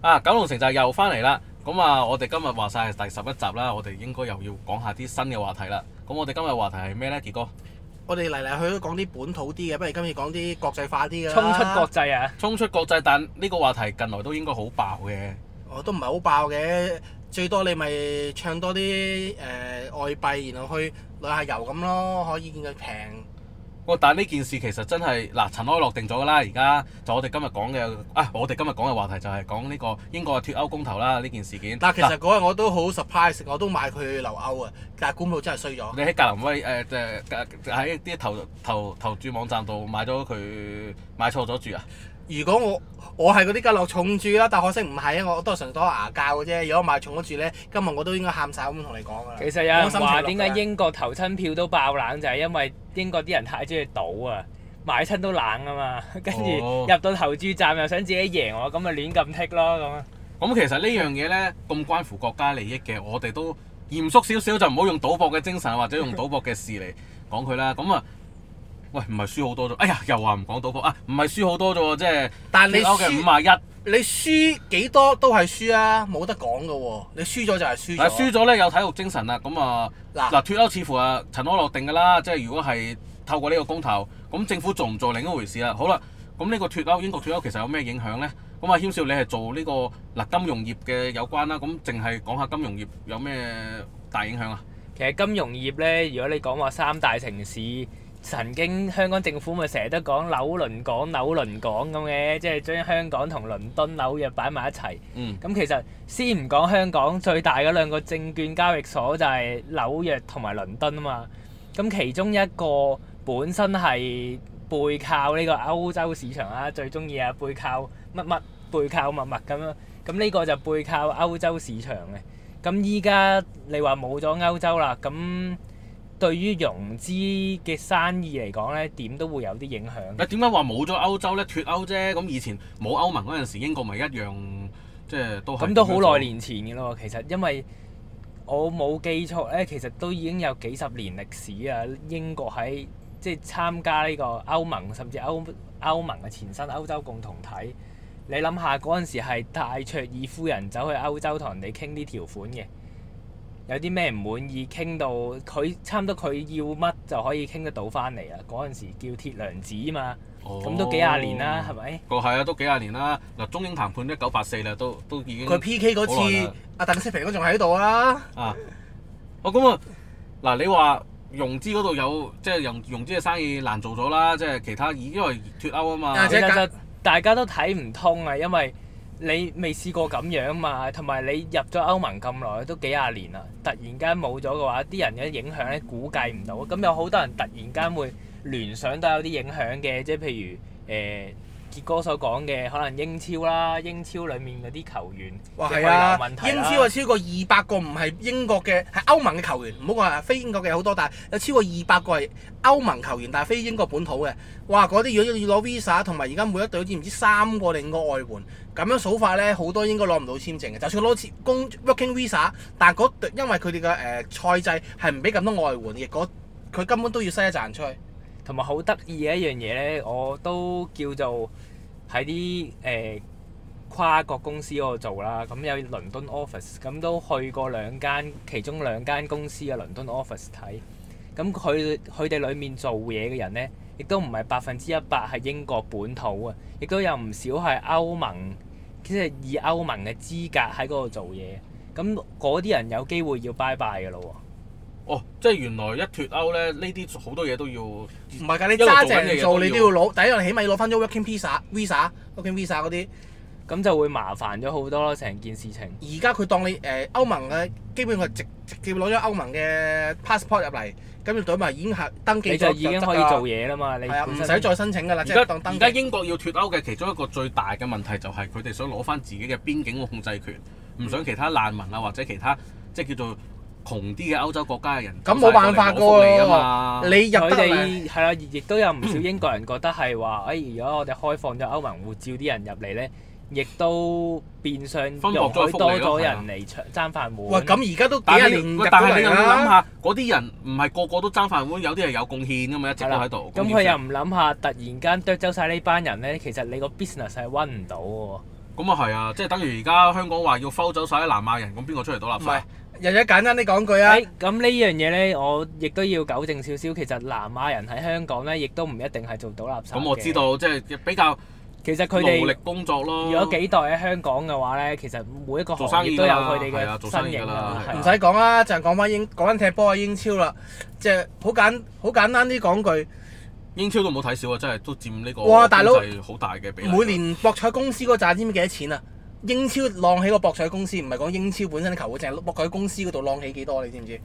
啊，九龍城就又翻嚟啦。咁啊，我哋今日話晒係第十一集啦，我哋應該又要講下啲新嘅話題啦。咁我哋今日話題係咩呢？傑哥，我哋嚟嚟去去都講啲本土啲嘅，不如今次講啲國際化啲嘅啦。衝出國際啊！衝出國際，但呢個話題近來都應該好爆嘅。我都唔係好爆嘅，最多你咪唱多啲誒、呃外幣，然後去旅下遊咁咯，可以見佢平。哇！但呢件事其實真係嗱，塵埃落定咗㗎啦。而家就我哋今日講嘅啊，我哋今日講嘅話題就係講呢個英國嘅脱歐公投啦。呢件事件但其實嗰日我都好 surprise，我都買佢留歐啊，但係估唔到真係衰咗。你喺格林威誒誒喺啲投投投注網站度買咗佢買錯咗注啊！如果我我係嗰啲家樂重注啦，但可惜唔係啊，我都係純粹牙教嘅啫。如果買重咗注咧，今日我都應該喊晒咁同你講噶啦。其實有人話我心情點落啊解㗎英國投親票都爆冷，就係、因為英國啲人太中意賭啊，買親都冷啊嘛， 跟住哦入到投注站又想自己贏我，咁咪亂咁剔咯咁啊！咁其實呢樣嘢呢，咁關乎國家利益嘅，我哋都嚴肅少少，就唔好用賭博嘅精神或者用賭博嘅事嚟講佢啦。咁啊，喂，唔係輸好多咗，哎呀，又話唔講賭博啊，唔係輸好多咗喎，即係但係你脱歐嘅輸五啊一，你輸幾多都係輸啊，冇得講噶喎。你輸咗就係輸但咗。係輸咗呢，有體育精神啦。咁啊，嗱嗱，脱歐似乎啊塵埃落定㗎啦，即係如果係透過呢個公投，咁政府做唔做另一回事啦。好啦，咁呢個脱歐英國脱歐其實有咩影響呢？咁啊，謙少你係做呢個嗱金融業嘅有關啦，咁淨係講下金融業有咩大影響啊？其實金融業咧，如果你講話三大城市，曾經香港政府咪成日都講紐倫港、紐倫港咁嘅，即係將香港同倫敦、紐約擺埋一齊。嗯。咁其實先唔講香港最大嗰兩個證券交易所就係紐約同埋倫敦啊嘛。咁其中一個本身係背靠呢個歐洲市場啦，最中意啊背靠乜乜背靠乜乜咁樣。咁呢個就背靠歐洲市場嘅。咁依家你話冇咗歐洲啦，咁對於融資嘅生意嚟講咧，點都會有啲影響。嗱，點解話冇咗歐洲咧？脱歐啫，咁以前冇歐盟嗰陣時，英國咪一樣，即係都係咁都好耐年前嘅咯喎，其實因為我冇記錯咧，其實都已經有幾十年歷史啊。英國喺即係參加呢個歐盟，甚至歐歐盟嘅前身歐洲共同體。你諗下嗰陣時係戴卓爾夫人走去歐洲同人哋傾啲條款嘅，有啲咩唔滿意傾到佢差唔多佢要乜就可以傾得到翻嚟啦。啊嗰陣時叫鐵娘子嘛，咁咁都幾廿年啦，係咪？個哦係啊，都幾廿年啦。嗱，中英談判一九八四啦，都都嗯已經佢 PK 嗰好耐次啦，阿鄧小平都仲喺度啊。啊。哦，咁啊，嗱，你話融資嗰度有即係融融資嘅生意難做咗啦，即係其他因為脱歐啊嘛啊其即。係實隔就大家都睇唔通啊，因為你未試過咁樣嘛，同埋你入咗歐盟咁耐都幾廿年啦，突然間冇咗嘅話，啲人嘅影響咧估計唔到。咁有好多人突然間會聯想到有啲影響嘅，即係譬如誒、呃、傑哥所講嘅，可能英超啦，英超裡面嗰啲球員哇，即係係啊可能有問！題英啦超有超過二百個唔係英國嘅，係歐盟嘅球員，唔好講啊，非英國嘅好多，但係有超過二百個係歐盟球員，但係非英國本土嘅。哇！嗰啲如果要攞 visa，同埋而家每一隊好似唔知三個定五個外援，咁樣數法咧，好多應該攞唔到簽證嘅。就算攞簽工 working visa，但係嗰隊因為佢哋嘅誒賽制係唔俾咁多外援嘅，嗰佢根本都要篩一陣出去。同埋好得意嘅一樣嘢咧，我都叫做喺啲誒跨國公司嗰度做啦。咁有倫敦 office，咁都去過兩間，其中兩間公司嘅倫敦 office 睇。咁佢佢哋裡面做嘢嘅人咧，亦都唔係百分之一百係英國本土啊，亦都有唔少係歐盟，即係以歐盟嘅資格喺嗰度做嘢。咁嗰啲人有機會要拜拜嘅咯喎。哦，即係原來一脱歐咧，呢啲好多嘢都要唔係㗎，你一路揸做緊嘅正嘢做都你都要要攞，第一樣起碼要攞翻咗 working visa、visa、working visa 嗰啲。咁就會麻煩咗好多咯，成件事情。而家佢當你誒、呃、歐盟嘅，基本上係直直接攞咗歐盟嘅 passport 入嚟，咁要對埋已經係登記你咗就已經可以做，嘢啦嘛，你係啊，唔本身使再申請㗎啦，而即家係當登而家記。英國要脱歐嘅其中一個最大嘅問題就係佢哋想攞翻自己嘅邊境控制權，唔嗯想其他難民啊或者其他即係叫做窮啲嘅歐洲國家嘅人咁冇辦法㗎走晒過嚟攞福利啊嘛。你入佢得嚟，哋係啦，啊亦都有唔少英國人覺得係話，誒、哎如果我哋開放咗歐盟護照啲人入嚟咧，亦都變相分容薄咗許福多利咯啊咗人嚟搶爭飯碗。喂，咁而家都幾但廿係年你入喂到但係你嚟啊又要諗啦。下，嗰啲人唔係個個都爭飯碗，有啲係有貢獻㗎嘛，一直都係啦喺度。咁佢又唔諗下，突然間啄走晒呢班人咧，其實你個 business 係温唔到嘅喎。咁啊係啊，即係等於而家香港話要摟走晒啲南亞人，咁邊個出嚟倒垃唔係圾？，日日簡單啲講句哎啊，誒哎咁呢樣嘢咧，我亦都要糾正少少。其實南亞人喺香港咧，亦都唔一定係做到垃圾咁我嘅知。道，即係比較其實佢勞力哋工作咯。如果幾代喺香港嘅話咧，其實每一個做行生意業都有㗎啦佢哋係啊做嘅生身意㗎形啦啦。係係啊唔使講啦，就係講翻英講緊踢波啊英超啦，即係好簡好簡單啲講句，英超都冇睇少啊，真係都佔呢個哇大佬經濟好大嘅比例。每年博彩公司嗰賺知唔知幾多錢啊？英超浪起個博彩公司，唔係講英超本身啲球會，淨係博彩公司嗰度浪起幾多，你知唔知？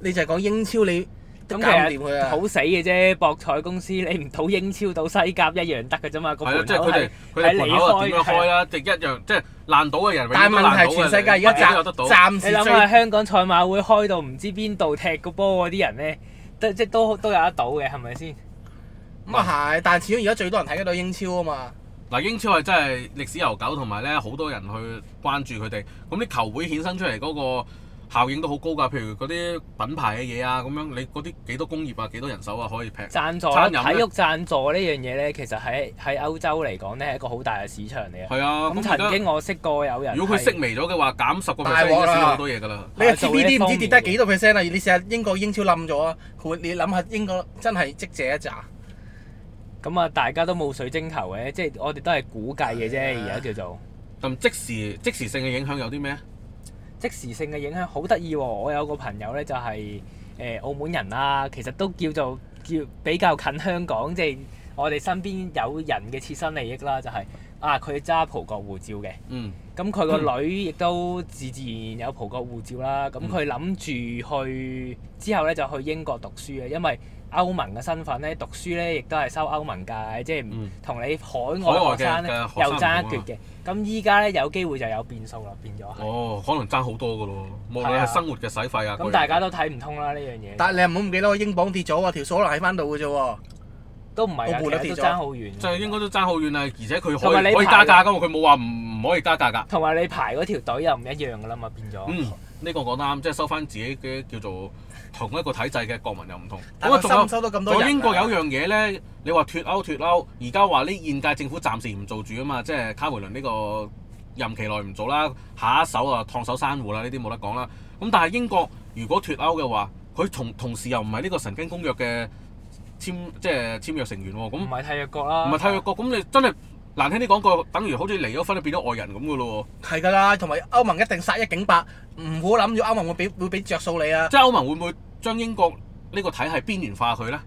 你就係講英超你都咁搞唔掂佢啊！好死嘅啫，博彩公司你唔賭英超賭西甲一樣得嘅啫嘛，個係啊，盤即係口佢哋係佢哋盤係你口啊開點樣開啦？即係一樣，即係爛到嘅人永遠但都係爛問到題，嘅全世界而人乜嘢都家有暫得到。暫你時諗最下香港賽馬會開到唔知邊度踢個波嗰啲人咧，都即係都都有得賭嘅，係咪先？咁啊係，但係始終而家最多人睇得到英超啊嘛。嗱，英超係真係歷史悠久，同埋咧好多人去關注佢哋。咁啲球會衍生出嚟嗰個效應都好高㗎，譬如嗰啲品牌嘅嘢啊，咁樣你嗰啲幾多工業啊，幾多人手啊可以劈。贊助啦餐飲咧體育贊助呢樣嘢咧，其實喺喺歐洲嚟講咧係一個好大嘅市場嚟嘅。係啊，咁咁而曾家經我識過有人係，如果佢息微咗嘅話，減十個大 percent 已鑊經啦少咗好多嘢㗎啦。你但嘅係做呢一 TBD 唔方知面跌得嘅幾多 percent 啦？你試下英國英超冧咗啊！佢你諗下英國真係積謝一咋？咁啊，大家都冇水晶球嘅，即係我哋都係估計嘅啫。係啊而家叫做咁即時即時性嘅影響有啲咩？啊即時性嘅影響好得意喎。我有個朋友咧就係、誒、澳門人啦，其實都叫做叫比較近香港，即係我哋身邊有人嘅切身利益啦，就係、啊佢揸葡國護照嘅。嗯，咁佢個女亦都自自然有葡國護照啦。咁嗯佢諗住去之後咧就去英國讀書嘅，因為歐盟嘅身份咧讀書咧亦都係收歐盟界，即係唔嗯同你海外學生咧海外嘅嘅學生又爭一橛嘅。咁依家咧有機會就有變數啦，變咗係。哦，可能爭好多㗎咯，無係論啊係生活嘅使費啊。咁大家都睇唔通啦呢樣嘢，但係你又唔好唔記得喎，英鎊跌咗喎，條數可能喺翻度嘅啫喎。都唔係澳啊，其門都實跌咗都爭好遠。即係應該都爭好遠啦，啊而且佢同可埋你以可以加排價㗎嘛，佢冇話唔唔可以加價㗎。同埋你排嗰條隊又唔一樣噶啦嘛，變咗。嗯，呢個講得啱，即係收翻自己嘅叫做同一個體制嘅國民又唔同。但咁啊，係仲收唔有收到咁多仲人有啊？英國有樣嘢咧，你話脱歐脱歐，而家話呢現屆政府暫時唔做住啊嘛，即係卡梅倫呢個任期內唔做啦，下一手啊燙手山芋啦，呢啲冇得講啦。咁但係英國如果脱歐嘅話，佢同同時又唔係呢個神經公約嘅簽即係簽約成員喎，咁唔啊唔係替約國啦。係替約國，咁你真係難聽啲講句，等於好似離咗婚你變咗外人咁嘅咯喎。係㗎啦，同埋歐盟一定殺一儆百，唔好諗住歐盟會俾會俾着數你啊！即係歐盟會唔會將英國呢個體系邊緣化佢咧？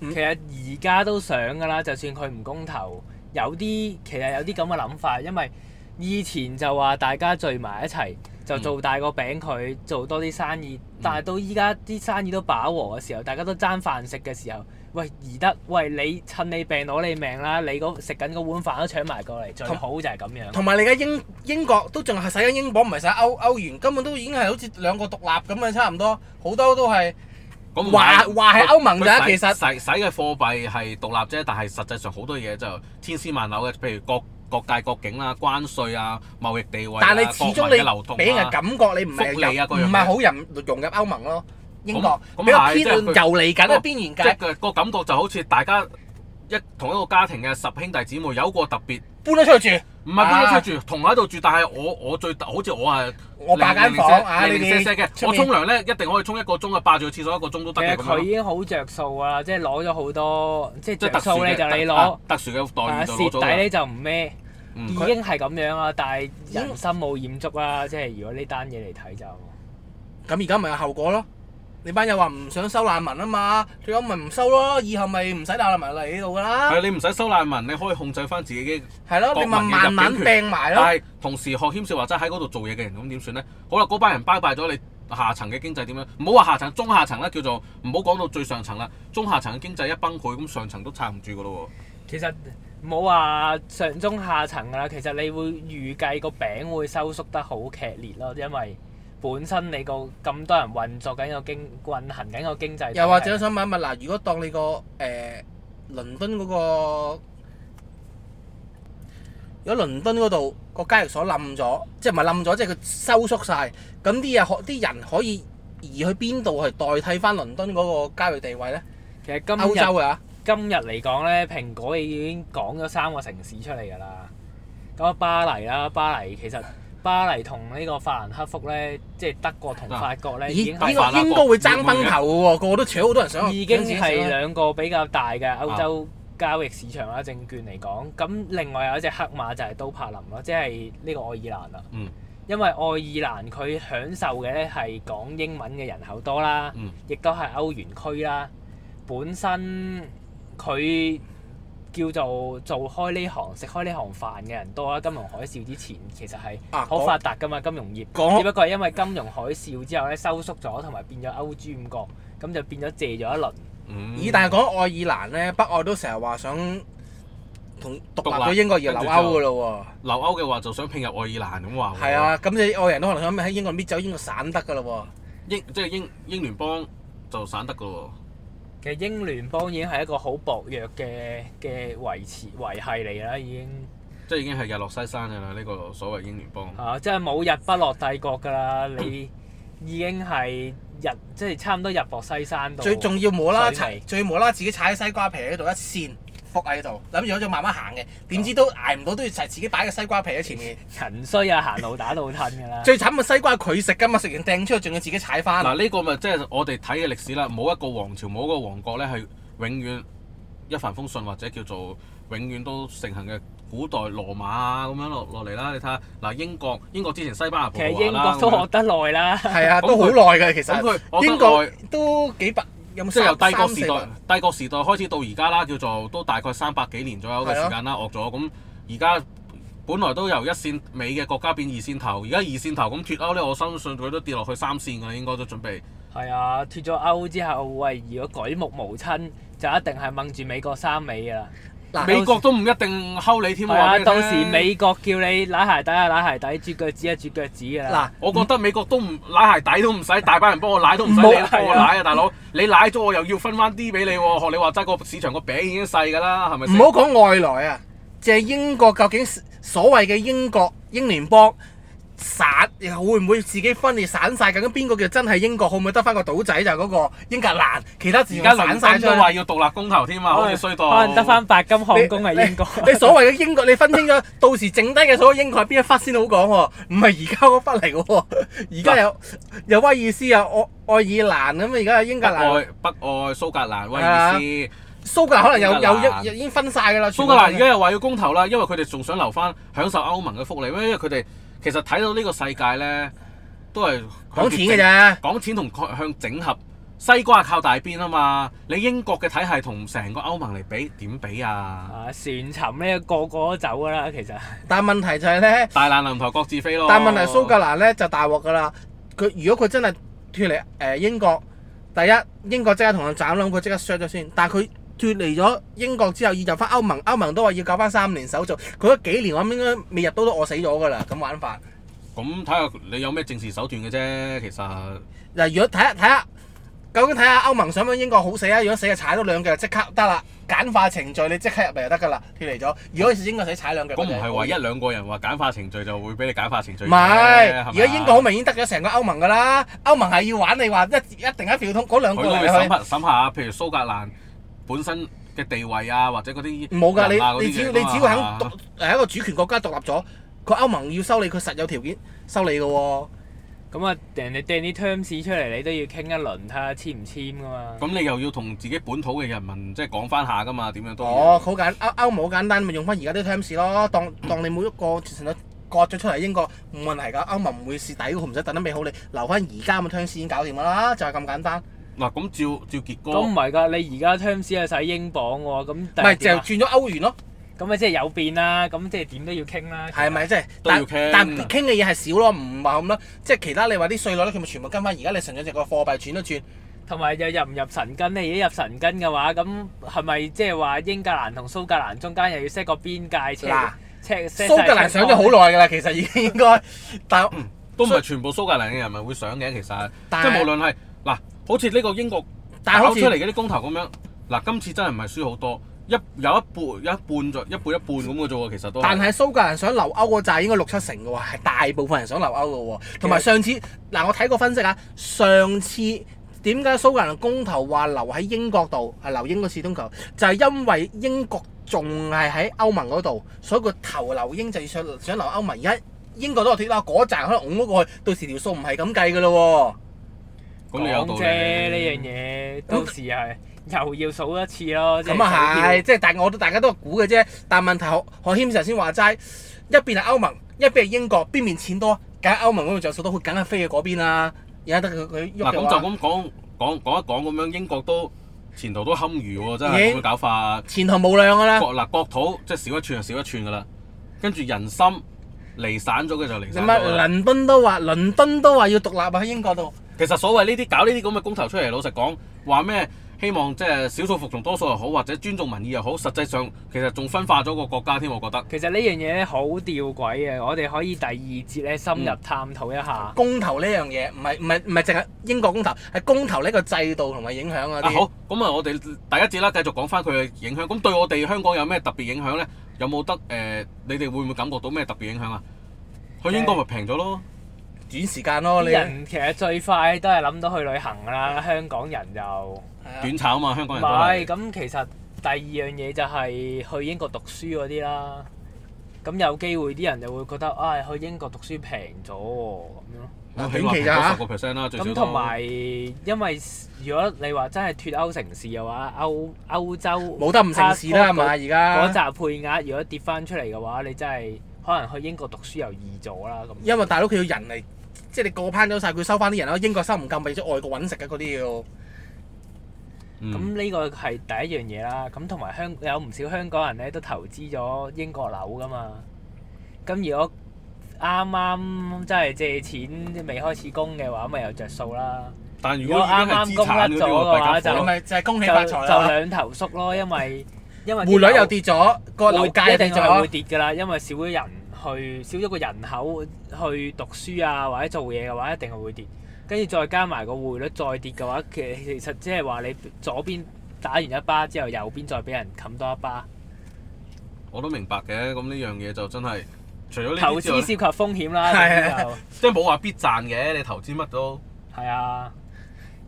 嗯其實而家都想㗎啦，就算佢唔公投，有啲其實有啲咁嘅諗法，因為以前就話大家聚埋一齊就嗯做大個餅佢，做多啲生意。但係到依家啲生意都飽和嘅時候，大家都爭飯食嘅時候，喂而得喂你趁你病攞你命啦，你嗰食緊嗰碗飯都搶埋過嚟，最好就係咁樣。同埋你而家英英國都仲係使緊英鎊，唔係使歐歐元，根本都已經係好似兩個獨立咁樣差唔多，好多都係咁話話係歐盟佢咋，使其實使使嘅貨幣係獨立啫，但係實際上好多嘢就千絲萬縷嘅，譬如各各界各境啦、關稅啊、貿易地位啊、但係你始國民嘅終流你動俾人啊。感覺你唔係福利啊入嗰樣嘢唔係好人融入歐盟咯。英國咁咁比較係偏即係佢遊離緊嘅邊緣即係界，個個感覺就好似大家一同一個家庭嘅十兄弟姊妹有個特別，搬咗出去住，唔係搬咗出去住，同喺度住，但係我我最特好似我係啊我霸間房啊！你零零舍舍哋嘅，出我沖面涼咧一定可以沖一個鐘啊，霸住個廁所一個鐘都其得嘅實咁樣佢咯已。經好着數啊，即係攞咗好多，即即係係特着殊數嘅咧就你啊攞特殊嘅待啊遇就攞蝕咗底㗎咧就唔孭。嗯已經係咁樣啦，但係人心冇染足啦，即係如果呢單嘢嚟睇就咁而家咪有後果咯。你班友話唔想收難民啊嘛，最咁咪唔收咯，以後咪唔使難民嚟呢度噶啦。係你唔使收難民，你可以控制翻自己嘅。係咯，你咪慢慢病埋但咯。係同時學謙少話齋喺嗰度做嘢嘅人，咁點算咧？好啦，嗰班人拜拜咗你下層嘅經濟點樣？唔好話下層，中下層啦，叫做唔好講到最上層啦。中下層嘅經濟一崩潰，咁上層都撐唔住噶咯其實冇話上中下層㗎啦。其實你會預計個餅會收縮得好劇烈咯，因為本身你個咁多人運作緊個經運行緊個經濟體系，又或者我想問一問嗱，如果當你個誒、呃、倫敦嗰、個，如果倫敦嗰度個交易所冧咗，即係唔係冧咗，即係佢收縮晒，咁啲嘢可啲人可以移去邊度去代替翻倫敦嗰個交易地位咧？其實今歐日洲啊，今日嚟講咧，蘋果已經講咗三個城市出嚟㗎啦。咁咁巴黎啦，巴黎其實巴黎同呢個法蘭克福咧，即係德國同嗱法國咧已咦？經呢法係蘭個英國會爭崩頭嘅喎，個個都扯好多人想。啊啊已經係兩個比較大嘅歐洲交易市場啦，證券嚟講。咁另外有一隻黑馬就係都柏林咯，即係呢個愛爾蘭啦。嗯因為愛爾蘭佢享受嘅咧係講英文嘅人口多啦，嗯亦都係歐元區啦。本身佢叫做做開呢行、食開呢行飯嘅人多啦。金融海嘯之前其實係啊好講發達噶嘛，金融業。講只不過係因為金融海嘯之後咧收縮咗，同埋變咗歐豬五國，咁就變咗借咗一輪。嗯咦？但係講愛爾蘭咧，北愛都成日話想同獨立咗英國而留歐嘅咯留歐嘅話就想拼入愛爾蘭咁話喎。喎。係啊，咁你愛人都可能想喺英國搣走英國散得嘅咯英即係英英聯邦就散得噶喎。其實英聯邦已經係一個好薄弱嘅嘅維持維係嚟啦，已經即係已經係日落西山嘅啦，呢、個所謂英聯邦。啊，即係冇日不落帝國㗎啦，你已經係日即係差唔多日薄西山喎。度。最仲要無啦啦水踩尾，最無啦啦自己踩喺西瓜皮喺度一線伏喺度，諗住好似慢慢行嘅，點哦知都捱唔到，都要成日自己擺個西瓜皮喺前面。人衰啊，行路打路褪㗎啦。最慘嘅西瓜佢食㗎嘛，食完掟出去仲要自己踩翻。嗱，呢個咪即係我哋睇嘅歷史啦，冇一個王朝，冇一個王國咧係永遠一帆風順或者叫做永遠都盛行嘅。古代羅馬啊咁樣落落嚟啦，你睇下嗱英國，英國之前西班牙葡其實萄牙英啦國都學得耐啦，係啊，咁都好佢耐嘅其咁實。佢我覺得英國內都幾百，有冇即係由三帝國三四百時代，帝國時代開始到而家啦，叫做都大概三百幾年左右嘅時間啦，惡咗咁而家。本來都由一線尾嘅國家變二線頭，而家二線頭咁脱歐咧，我相信佢都跌落去三線㗎啦，應該都準備。係啊，脱咗歐之後，喂，如果舉目無親，就一定係掹住美國三尾㗎啦。嗱美國都唔一定睺你添喎。係話啊，俾你到時聽美國叫你揦鞋底啊，揦鞋底，啜腳趾啊，啜腳趾㗎啦。嗱，我覺得美國都唔舐鞋底都唔使，大班人幫我舐都唔使，你冇幫我係啊舐啊，大佬！你舐咗我又要分翻啲俾你喎，學你話齋個市場個餅已經細㗎啦，係咪唔先？好講外來啊，就係英國究竟所謂嘅英國英聯邦散，會唔會自己分裂散晒？究竟邊個叫真係英國？可唔可以得翻個島仔就係嗰個英格蘭？其他自而己家散晒倫敦出去都話要獨立公投添啊，好似衰到。可能得翻白金漢宮係英國。你所謂嘅英國，你分清咗，到時剩低嘅所有英國係邊一忽先好講喎、唔係而家嗰忽嚟嘅 喎。而家有有威爾斯有愛愛爾蘭咁啊，而家有英北格愛蘭、啊北愛蘇格蘭威爾斯，蘇格蘭可啊能有英格蘭有一已經分晒㗎啦。蘇格蘭而家又話要公投啦，因為佢哋仲想留翻享受歐盟嘅福利，因為佢哋其實睇到呢個世界咧都係講錢嘅啫。講錢同擴向整合，西瓜係靠大邊啊嘛！你英國嘅體系同成個歐盟嚟比點比啊？啊，船沉咧個個都走噶啦，其實但問題就係咧。大難臨頭各自飛咯。但問題蘇格蘭咧就大鑊㗎啦，佢如果佢真係脱離誒、呃英國，第一英國即刻同佢斬啦，咁佢即刻 shut 咗先。但係佢脱離咗英國之後，要入翻歐盟，歐盟都話要搞翻三年手續，佢嗰幾年我諗應該未入到都餓死咗㗎啦，咁玩法。咁睇下你有咩政治手段嘅啫，其實嗱，如果睇下睇下，究竟睇下歐盟想唔想英國好死啊？如果死就踩多兩腳就即刻得啦，簡化程序你即刻入嚟就得㗎啦，脱離咗。如果英國死踩兩腳，咁唔係話一兩個人話簡化程序就會俾你簡化程序嘅。唔係，而係家咪啊英國好明顯得咗成個歐盟㗎啦，歐盟係要玩你話一一定一票通嗰兩個佢都會嚟審去。核審下，譬如蘇格蘭本身嘅地位啊，或者嗰啲冇人啊㗎，嗰你啲你只要嘢你㗎嘛只要肯獨誒一個主權國家獨立咗，佢歐盟要收你，佢實有條件收你㗎喎。咁啊，人哋掟啲 terms 出嚟，你都要傾一輪睇下簽唔簽噶嘛。咁你又要同自己本土嘅人民即係講翻下㗎嘛？點樣都要哦，好簡歐歐盟好簡單，咪用翻而家啲 terms 咯，當當你每一個成日割咗出嚟英國冇問題㗎，歐盟唔會蝕底㗎，佢唔使等得未好你，留翻而家咁嘅 terms 已經搞掂㗎啦，就係咁簡單。嗱，咁照照傑咁唔哥，係㗎，你而家 terms 係使英鎊喎，咁唔但係就點啊轉咗歐元咯。咁啊，即係有變啦，咁即係點都要傾啦。係咪即係？都要但傾但傾嘅嘢係少咯，唔話咁咯。即係其他你話啲稅率咧，佢咪全部跟翻而家你純粹隻個貨幣轉一轉。同埋又入唔入神根咧？如果入神根嘅話，咁係咪即係話英格蘭同蘇格蘭中間又要 set 個邊界 check 嗱 check set 蘇格蘭上咗好耐㗎啦，其實已經應該。但都唔係全部蘇格蘭嘅人民會想嘅，其實即但係無係論係嗱，好似呢個英國但係搞好出似嚟嗰啲公投咁樣，嗱，今次真係唔係輸好多，一有一半有一半咗一半一半咁嘅啫喎，其實都但係蘇格蘭想留歐嗰陣應該六七成嘅喎，係大部分人想留歐嘅喎。同埋上次嗱，我睇過分析啊，上次啊點解蘇格蘭公投話留喺英國度係留英國市中球，就係因為英國仲係喺歐盟嗰度，所以個頭留英就要想想留歐盟。而家英國都有脱歐，嗰陣可能拱咗過去，到時條數唔係咁計噶咯咁你有道講理啫呢樣嘢，到時係又要數一次咯。 喎。咁啊係，即係但係我都大家都係估嘅啫。但問題何何謙頭先話齋，一邊係歐盟，一邊係英國，邊面錢多？梗係歐盟嗰度著數多，佢梗係飛去嗰邊啦。而家得佢佢喐嗱，嘅咁就話，咁講講講一講咁樣，英國都前途都堪虞喎，真係已咁經樣搞法。前途無量噶啦。國嗱國土即係少一寸就少一寸噶啦，跟住人心離散咗嘅就離你散乜咗㗎啦。啊倫敦都話，倫敦都話要獨立啊喺英國度。其實所謂呢啲搞呢啲咁嘅公投出嚟，老實講話咩？希望即係少數服從多數又好，或者尊重民意又好，實際上其實仲分化咗個國家添，我覺得。其實呢樣嘢咧好吊詭嘅，我哋可以第二節咧深嗯入探討一下。公投呢樣嘢，唔係唔係唔係淨係英國公投，係公投呢個制度同埋影響嗰啊啲。好，咁啊我哋第一節啦，繼續講翻佢嘅影響。咁對我哋香港有咩特別影響呢？有冇得誒、呃你哋會唔會感覺到咩特別影響啊？去英國咪平咗咯，短時間咯，啲你人其實最快都係諗到去旅行㗎啦，香港人就。短炒啊嘛，香唔港人都係，係。咁其實第二樣嘢就係去英國讀書嗰啲啦。咁有機會啲人就會覺得啊、去英國讀書平咗喎咁短起碼期平咋咗嚇十個 percent 啦，最少樣咯。咁都同埋因為如果你話真係脱歐城市嘅話，歐歐洲冇得唔成事啦，啊係嘛？而嗰家扎配額如果跌翻出嚟嘅話，你真係可能去英國讀書又易咗啦咁。因為大佬佢要人嚟，即係你過攀咗晒，佢收翻啲人咯。英國收唔夠，咪咗外國揾食嘅嗰啲要。嗯咁嗯呢個係第一樣嘢啦。咁同埋香有唔少香港人咧都投資咗英國樓噶嘛。咁如果啱啱真係借錢未開始供嘅話，咪有着數啦。但如果已經係資產嗰啲喎，大家你伙咪就係恭就喜發財就啦！兩頭縮咯，因為因為匯率又跌咗，個會，樓價一又跌定係會咗，跌㗎啦。因為少咗人去，少咗個人口去讀書啊或者做嘢嘅話，一定係會跌。跟住再加埋個匯率再跌嘅話，其其實即係話你左邊打完一巴之後，右邊再俾人冚多一巴。我都明白嘅。咁呢樣嘢就真係除咗呢投啲之資外涉呢，及風險啦，係咁就即係冇話必賺嘅。你投資乜都係啊。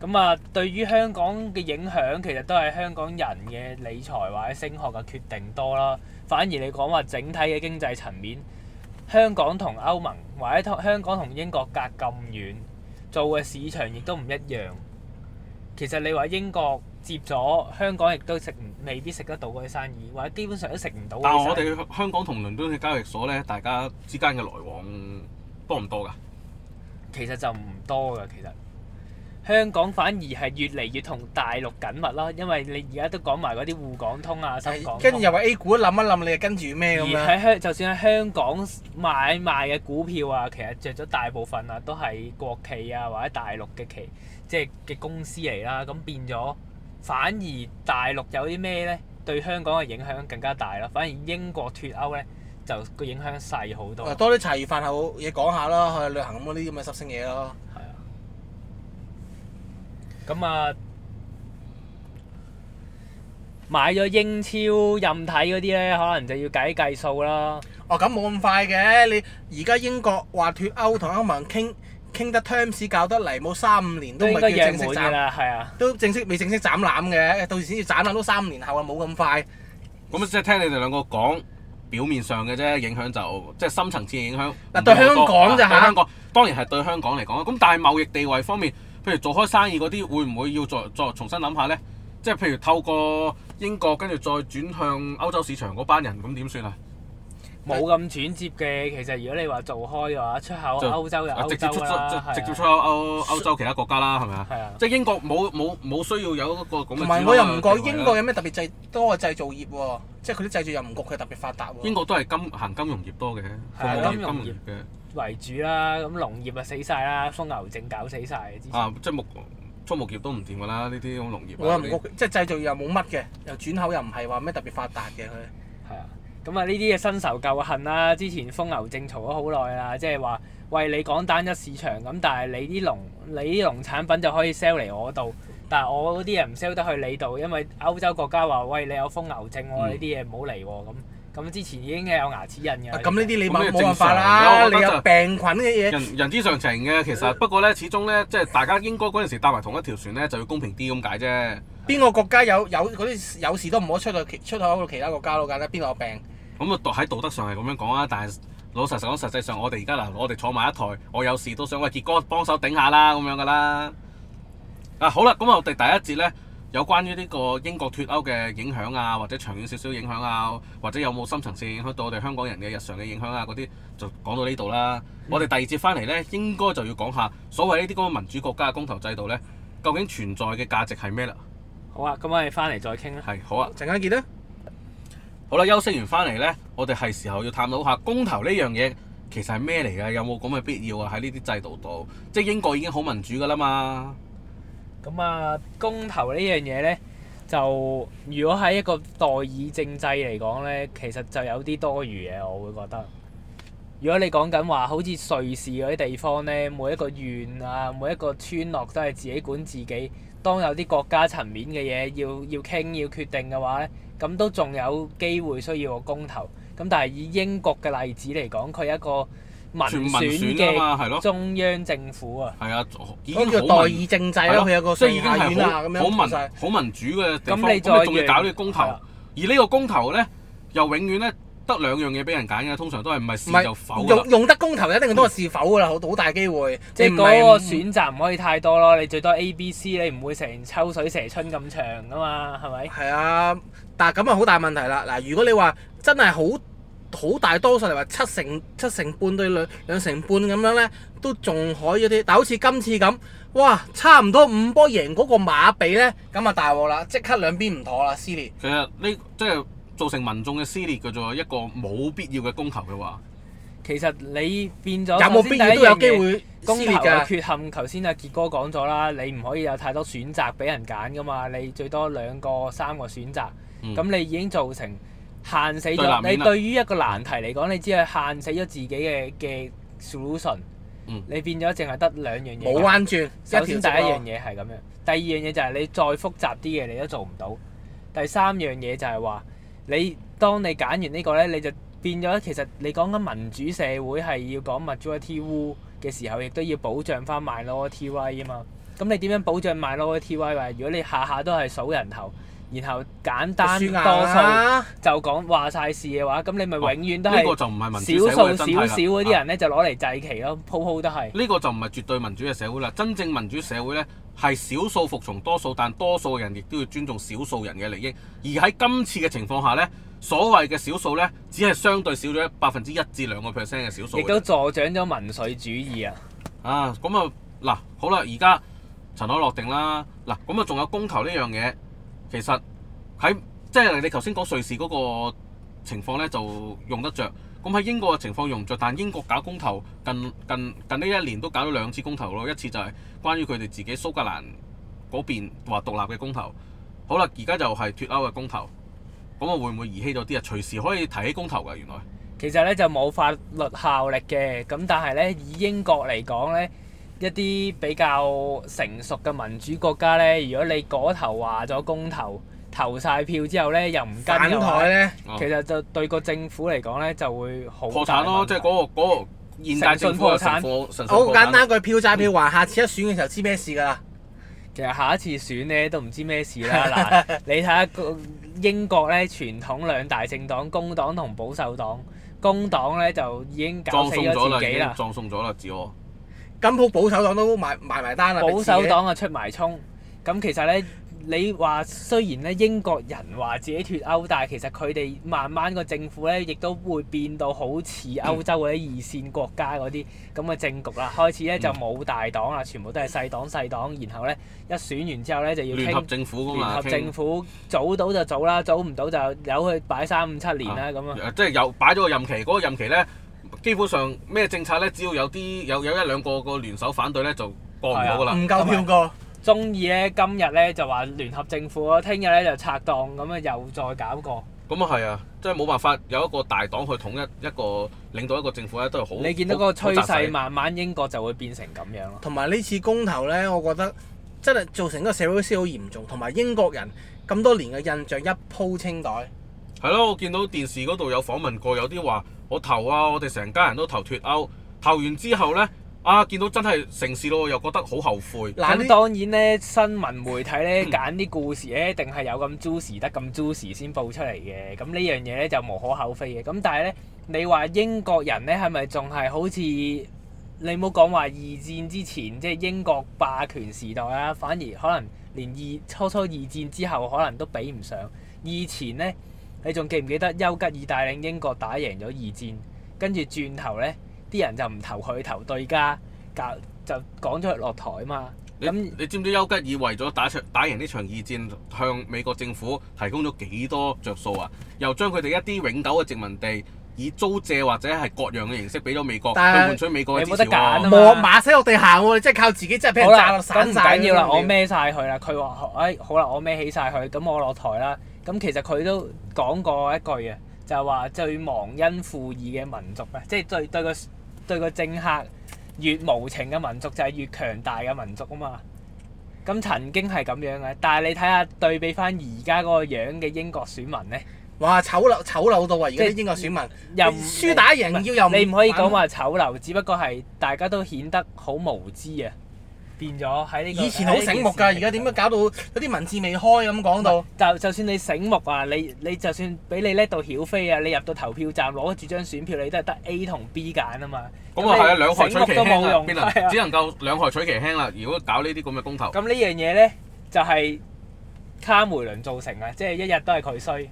咁啊，對於香港嘅影響，其實都係香港人嘅理財或者升學嘅決定多啦。反而你講話整體嘅經濟層面，香港同歐盟或者同香港同英國隔咁遠，做嘅市場亦都唔一樣。其實你話英國接咗香港，亦都食唔未必食得到嗰啲生意，或者基本上都食唔到嗰啲但生意。係我哋香港同倫敦嘅交易所咧，大家之間嘅來往多唔多㗎？其實就唔多㗎，其實香港反而係越嚟越同大陸緊密啦，因為你而家都講埋嗰啲滬港通啊、深港跟住通，又話 A 股諗一諗，你就跟住咩咁而樣？喺香就算喺香港買賣嘅股票啊，其實着咗大部分啊都係國企啊或者大陸嘅企即係嘅公司嚟啦，咁變咗反而大陸有啲咩呢？對香港嘅影響更加大啦，反而英國脱歐呢，就個影響細好多。多啲茶餘飯後嘢講下咯，去旅行咁嗰啲咁嘅濕星嘢咯。係啊。咁啊，買咗英超任睇嗰啲咧，可能就要計計數啦。哦，咁冇咁快嘅。你而家英國話脱歐同歐盟傾傾得 terms 搞得嚟，冇三五年都唔都應該係叫約正滿式㗎斬，啦，係啊。都正式未正式斬攬嘅，到時先至斬攬都三五年後啊，冇咁快。咁啊即係聽你哋兩個講。表面上嘅啫，影響就即係深層次嘅影響。嗱對香港唔會好多啊對咋嚇香港當然係對香港嚟講啦。啊咁但係貿易地位方面，譬如做開生意嗰啲，會唔會要再再重新諗下呢？即係譬如透過英國跟住再轉向歐洲市場嗰班人，咁點算啊？冇咁轉接嘅，其實如果你話做開嘅話，出口就歐洲就啊歐直接洲出㗎啦，係啊出直接出口歐歐洲其他國家啦，係咪啊？係啊。即係英國冇冇冇需要有一個咁嘅。啊同埋我又唔覺英國有咩特別製多嘅製造業喎，即係佢啲製造又唔覺佢特別發達喎。英國都係金行金融業多嘅，服務係業金金融融業業嘅為主啦，咁農業啊死晒啦，瘋牛症搞死晒之前。啊，即係木畜牧業都唔掂㗎啦，呢啲咁農業我啊又嗰唔啲覺，即係製造業又冇乜嘅，又轉口又唔係話咩特別發達嘅佢。係啊，咁啊呢啲嘅新仇舊恨啦，之前瘋牛症嘈咗好耐啦，即係話喂你講單一市場咁，但係你啲農你啲農產品就可以 sell 嚟我度，但係我嗰啲嘢唔 sell 得去你度，因為歐洲國家話喂你有瘋牛症喎，嗯你啲嘢唔好嚟喎咁，咁之前已經有牙齒印㗎啦。啊咁呢啲你咁冇呢個冇辦法正常嘅啦，我覺你得有就病菌嘅嘢。人人之常情嘅，其實不過咧，始終咧，即係大家應該嗰陣時搭埋同一條船咧，就要公平啲咁解啫。邊個國家有有嗰啲有事都唔好出去其出口到其他國家咯，簡單邊度有病？咁啊，道喺道德上係咁樣講啊，但係老實講，實際上我哋而家嗱，我哋坐埋一台，我有事都想喂傑哥幫手頂下啦，咁樣噶啦。啊，好啦，咁啊，我哋第一節呢，有關於呢個英國脱歐嘅影響啊，或者長遠少少影響啊，或者有冇深層次影響到我哋香港人嘅日常嘅影響啊，嗰啲就講到呢度啦。我哋第二節翻嚟呢，應該就要講下所謂呢啲咁嘅民主國家嘅公投制度呢，究竟存在嘅價值係咩啦？好啊，咁我哋翻嚟再傾啦。係好啊。陣間見啦。好啦，休息完翻嚟呢，我哋係時候要探討下公投呢樣嘢其實係咩嚟嘅，有冇咁嘅必要啊？喺呢啲制度度，即係英國已經好民主噶啦嘛。咁啊，公投呢樣嘢呢，就如果喺一個代議政制嚟講呢，其實就有啲多餘嘅，我會覺得。如果你講緊話，好似瑞士嗰啲地方呢，每一個縣啊，每一個村落都係自己管自己。當有啲國家層面嘅嘢要要傾要決定嘅話呢，咁都仲有機會需要個公投。咁但係以英國嘅例子嚟講，佢一個全民民選選㗎嘅哦嘛，係咯，中央政府啊。係啊，已嗰經個叫代好民，議政制係啦，咯佢有個即係上已經下院係好啊咁好樣做民晒。好民主嘅地方，咁咁你你再仲要搞呢個公投，啊係啦啊而呢個公投呢，又永遠呢得兩樣嘢俾人揀嘅，通常都係唔係唔是就否係㗎啦用用得公投一定多過是否㗎啦，好好大機會。即係你唔嗰個係選擇唔可以太多咯，你最多 A、B、C，你唔會成抽水蛇春咁長噶嘛，係咪？係啊，但係咁啊好大問題啦！嗱，如果你話真係好好大多數嚟話七成七成半對兩兩成半咁樣咧，都仲可以啲。但好似今次咁，哇，差唔多五波贏嗰個馬比咧，咁啊大鑊啦！即刻兩邊唔妥啦，撕裂。其實呢即係造成民眾嘅撕裂嘅啫，一個冇必要嘅公投嘅話。其實你變咗有冇必要都有機會公撕投裂啊嘅㗎？缺陷，頭先阿傑哥講咗啦，你唔可以有太多選擇俾人揀噶嘛，你最多兩個三個選擇，嗯咁、你已經造成限死對立面啦啊咗。你對於一個難題嚟講，你只係限死咗自己嘅嘅 solution，、嗯你變咗淨係得兩樣嘢。冇啊彎轉，首先第一樣嘢嘢係咁樣，第二樣嘢就係你再複雜啲嘅你都做唔到。第三樣嘢就係話你當你揀完呢個咧，你就變咗其實你講緊民主社會係要講 majority rule 嘅時候，亦都要保障翻 minority right 啊嘛。咁你點樣保障 minority right？話如果你下下都係數人頭，然後簡單輸硬多數啦，就講話晒事嘅話，咁你咪永遠都哦呢個係就唔係民主少社會嘅真數少諦啦少嗰啲啊人咧就攞嚟祭旗咯，鋪鋪都係。呢個就唔係絕對民主嘅社會啦。真正民主社會呢，係少數服從多數，但多數人亦都要尊重少數人嘅利益。而喺今次嘅情況下呢，所謂嘅少數呢，只係相對少咗百分之一至兩個 percent 嘅少數嘅啫。亦都助長咗民粹主義啊！啊，咁啊嗱，好啦，而家塵埃落定啦。嗱，咁啊仲有公投呢樣嘢，其實喺即係你頭先講瑞士嗰個情況咧就用得着。咁喺英國嘅情況用唔着，但英國搞公投近近近呢一年都搞咗兩次公投咯，一次就係關於佢哋自己蘇格蘭嗰邊話獨立嘅公投。好啦，而家就係脱歐嘅公投，咁啊會唔會兒戲咗啲啊？隨時可以提起公投㗎，原來。其實咧就冇法律效力嘅，咁但係咧以英國嚟講咧，一啲比較成熟嘅民主國家咧，如果你嗰頭話咗公投，投晒票之後咧又唔跟反嘅話台咧，哦其實就對個政府嚟講咧就會好破大產咯，問即 題係嗰個嗰個現代政府嘅情況，神好簡單一句票債票還，下次一選嘅時候知咩事㗎啦。其實下一次選咧都唔知咩事啦。嗱，你睇下個英國咧傳統兩大政黨工黨同保守黨，工黨咧就已經搞葬死送咗咗啦，自已己經啦，葬送咗啦，自我。金鋪保守黨都埋埋埋單啦，保守俾自己黨啊出埋衝。咁其實咧，你話雖然咧英國人話自己脱歐，但係其實佢哋慢慢個政府咧，亦都會變到好似歐洲嗰啲二線國家嗰啲咁嘅政局啦。開始咧就冇大黨啦，全部都係細黨細黨，然後咧一選完之後咧就要聯合啊傾。政府噶聯嘛，合政府府早到就早啦，早唔到就由佢擺三五七年啦咁啊。即係有擺咗個任期，嗰、個任期咧，基本上咩政策咧，只要有啲有有一兩個個聯手反對咧，就過唔到噶嗯啦。唔夠票過。中意咧今日咧就話聯合政府咯，聽日咧就拆檔咁啊，又再搞過。咁啊係啊，即係冇辦法有一個大黨去統一一個領導一個政府咧，都係好。你見到個趨好窄細勢，慢慢英國就會變成咁樣咯。同埋呢次公投呢，我覺得真係造成一個社會撕好嚴重，同埋英國人咁多年嘅印象一鋪清袋。係咯，我見到電視嗰度有訪問過，有啲話我投啊，我哋成家人都投脱歐，投完之後呢，啊見到真係城市咯，又覺得好後悔。嗱咁呢當然咧，新聞媒體咧揀啲故事咧，一定係有咁 juicy 得咁 juicy 先報出嚟嘅。咁呢樣嘢咧就無可厚非嘅。咁但係咧，你話英國人咧係咪仲係好似你唔好講話二戰之前，即係英國霸權時代啦，反而可能連二初初二戰之後可能都比唔上。以前咧，你仲記唔記得丘吉爾帶領英國打贏咗二戰，跟住轉頭咧啲人就唔投佢投對家，搞就趕咗佢落台嘛。你咁你知唔知丘吉爾為咗打場打贏呢場二戰，向美國政府提供咗幾多着數啊？又將佢哋一啲永久嘅殖民地以租借或者係割讓嘅形式俾咗美國，去但係換取美國嘅支你冇持得揀啊喎。嘛磨馬西落地行喎，你真係靠自己真係俾人好炸啦，到咁啊散唔晒。緊要啦，我屌孭晒佢啦。佢話：，誒、好啦，我孭起晒佢，咁我落台啦。咁其實佢都講過一句嘅，就係話最忘恩負義嘅民族咧，即係對對個對個政客越無情嘅民族就係越強大嘅民族啊嘛。咁曾經係咁樣嘅，但係你睇下對比翻而家嗰個樣嘅英國選民咧，哇！醜陋醜陋到啊！而家啲即係英國選民又唔輸打贏要又你唔可以講話醜陋，只不過係大家都顯得好無知啊，變咗喺呢個以前好醒目㗎，而家點解搞到有啲文字未開咁講到？就就算你醒目啊，你你就算俾你叻到曉飛啊，你入到投票站攞住張選票，你都係得 A 同 B 揀啊嘛。咁啊係啊，兩害取醒目其都輕冇啦，用邊係能啊只能夠兩害取其輕啦。如果搞呢啲咁嘅公投，咁呢樣嘢咧，就係、卡梅倫造成啊，即係一日都係佢衰。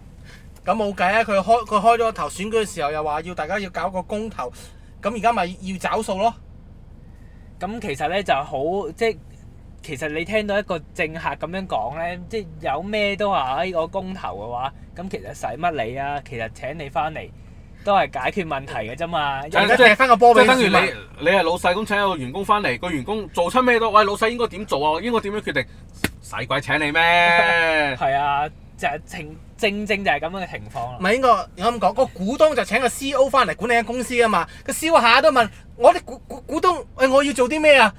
咁冇計啊！佢開佢開咗個頭選舉嘅時候又話要大家要搞個公投，咁而家咪要找數咯。咁其實咧就好，即係其實你聽到一個政客咁樣講咧，即係有咩都話哎我公投嘅話，咁其實使乜你啊？其實請你翻嚟都係解決問題嘅啫嘛。因而係為家踢翻個波即俾係等於選民。你你係老細咁請個員工翻嚟，個員工做出咩都，喂老細應該點做啊？應該點樣決定？使鬼請你 咩？係啊，就係情正正就係咁樣嘅情況啦唔。係應該有咁講，個股東就請個 C.O. 翻嚟管理間公司啊嘛。個 C.O. 下都問我哋股股股東，誒、我要做啲咩啊？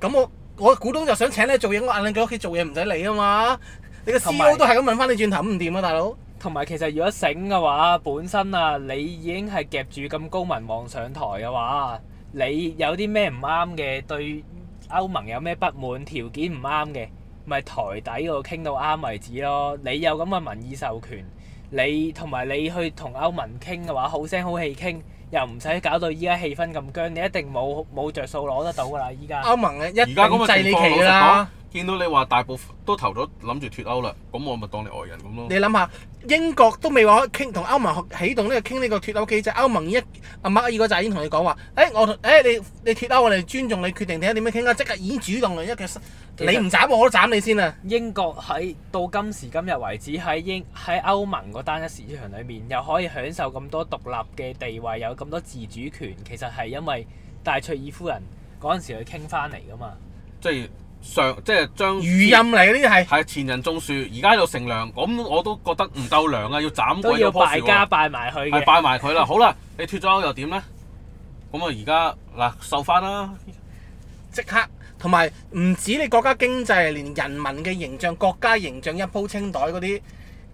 咁我我股東就想請你做嘢，我嗌你喺屋企做嘢唔使理啊嘛。你個同埋 C.O. 都係咁問翻你轉頭唔掂啊，大佬。同埋其實如果醒嘅話，本身啊，你已經係夾住咁高民望上台嘅話，你有啲咩唔啱嘅，對歐盟有咩不滿，條件唔啱嘅，咪台底嗰度傾到啱為止咯。你有咁嘅民意授權，你同埋你去同歐盟傾嘅話，好聲好氣傾，又唔使搞到依家氣氛咁僵，你一定冇冇著數攞得到㗎啦，依家。歐盟嘅一定啊而家咁嘅制情你況，期老㗎實講啦。，見到你話大部分都投咗諗住脱歐啦，咁我咪當你外人咁咯。你諗下，英國都未話可以傾同歐盟起動呢個傾呢個脱歐機制，歐盟一阿默爾嗰陣已經同你講話，誒、我同誒、你你脱歐，我哋尊重你決定，睇下點樣傾啦，啊即刻已經主動啦，一腳其實你唔斬我我都斬你先啊！英國喺到今時今日為止喺英喺歐盟個單一市場裏面，又可以享受咁多獨立嘅地位，有咁多自主權，其實係因為戴卓爾夫人嗰陣時去傾翻嚟噶嘛。即係上即係將餘音嚟嘅呢啲係。係前人種樹，而家喺度乘涼，咁我都覺得唔夠涼啊，要斬都鬼要咗棵敗樹家喎，敗埋去係嘅。拜埋佢啦。好啦，你脱咗歐又點咧？咁啊，而家嗱受翻啦，即刻，同埋唔止你國家經濟，連人民嘅形象、國家形象一鋪清袋嗰啲，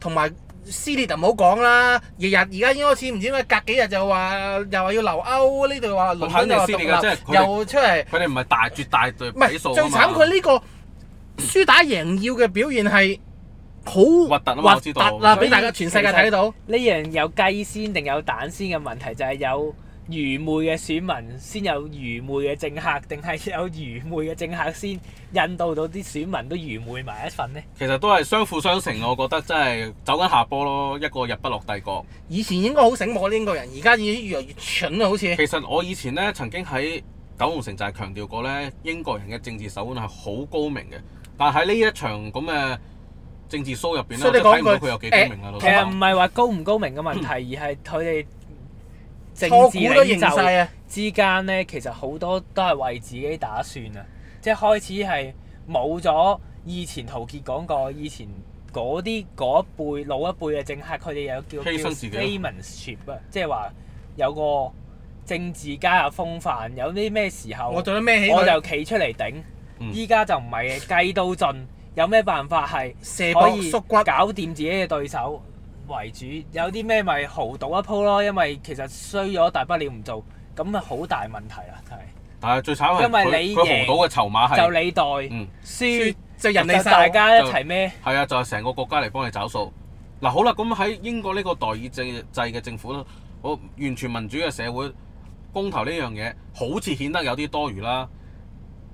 同埋撕裂就唔好講啦。日日而家已經開始唔知點解隔幾日就話又話要留歐，呢度又話倫肯敦定又話撕裂㗎即係獨佢哋立，又出嚟，佢哋唔係大絕大對唔比數係最啊嘛慘佢呢個輸打贏要嘅表現係好核突啊嘛我知道突啦，所以俾大家全世界睇到。呢樣有雞先定有蛋先嘅問題，就係有愚昧嘅選民先有愚昧嘅政客，定係有愚昧嘅政客先引導到啲選民都愚昧埋一份呢？其實都係相輔相成，我覺得真係走緊下坡咯，一個日不落帝國。以前應該好醒目嘅呢英國人，而家已經越嚟越蠢啊啦，好似。其實我以前咧曾經喺九龍城寨強調過咧，英國人嘅政治手腕係好高明嘅，但喺呢一場咁嘅政治 show 入邊咧，所我以你真係睇唔到講句佢有幾高明啊！老其實唔實係話高唔高明嘅問嗯題，而係佢哋政錯治估都形領袖勢啊！之間咧，其實好多都係為自己打算啊！即係開始係冇咗以前陶傑講過，以前嗰啲嗰一輩老一輩嘅政客，佢哋有叫犧叫牲自己 statesmanship 啊，即係話有個政治家嘅風範，有啲咩時候我做咗咩起我佢？就企出嚟頂。嗯依家就唔係嘅，計到盡，有咩辦法係？射可波以縮骨。搞掂自己嘅對手為主，有啲咩咪豪賭一鋪咯，因為其實衰咗大不了唔做，咁咪好大問題啦，係但係最慘係因為佢你佢贏豪賭嘅籌碼就係你代嗯輸，就人哋就晒大家一齊孭。係啊，就係成個國家嚟幫你找數。嗱好啦，咁喺英國呢個代議制制嘅政府咧，我完全民主嘅社會，公投呢樣嘢好似顯得有啲多餘啦。